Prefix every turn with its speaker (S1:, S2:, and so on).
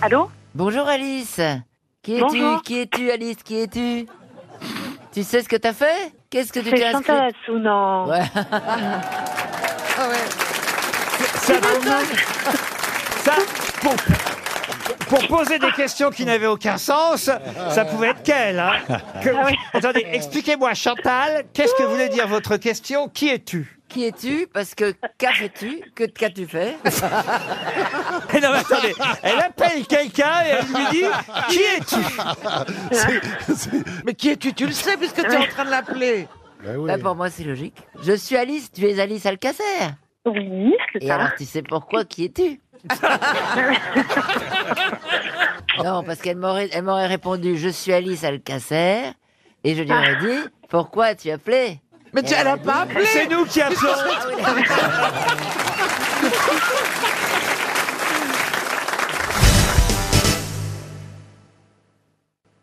S1: Allô
S2: Bonjour Alice. Qui es-tu
S1: Bonjour.
S2: Qui es-tu Alice Qui es-tu Tu sais ce que t'as fait Qu'est-ce que tu t'es
S1: C'est
S2: inscrit
S1: Chantal Assounan.
S2: Ouais.
S3: Ça, ça, pour, pour poser des questions qui n'avaient aucun sens, ça pouvait être qu'elle. hein. Que-
S1: Ah oui.
S3: Attendez, expliquez-moi, Chantal, qu'est-ce que voulait dire votre question Qui es-tu
S2: Qui es-tu Parce que qu'as fait-tu Que qu'as-tu fait
S3: Eh Non, mais attendez, elle appelle quelqu'un et elle lui dit Qui es-tu
S4: Mais qui es-tu Tu le sais puisque tu es en train de l'appeler.
S2: Bah, Pour moi, c'est logique. Je suis Alice, tu es Alice Alcacer.
S1: Oui, c'est
S2: Et
S1: ça.
S2: alors, tu sais pourquoi Qui es-tu Non, parce qu'elle m'aurait, elle m'aurait répondu Je suis Alice Alcacer. Et je lui aurais
S1: Ah.
S2: dit Pourquoi tu appelais
S4: Mais tu, elle a pas appelé.
S3: C'est nous qui appelons
S2: Ah oui, d'accord.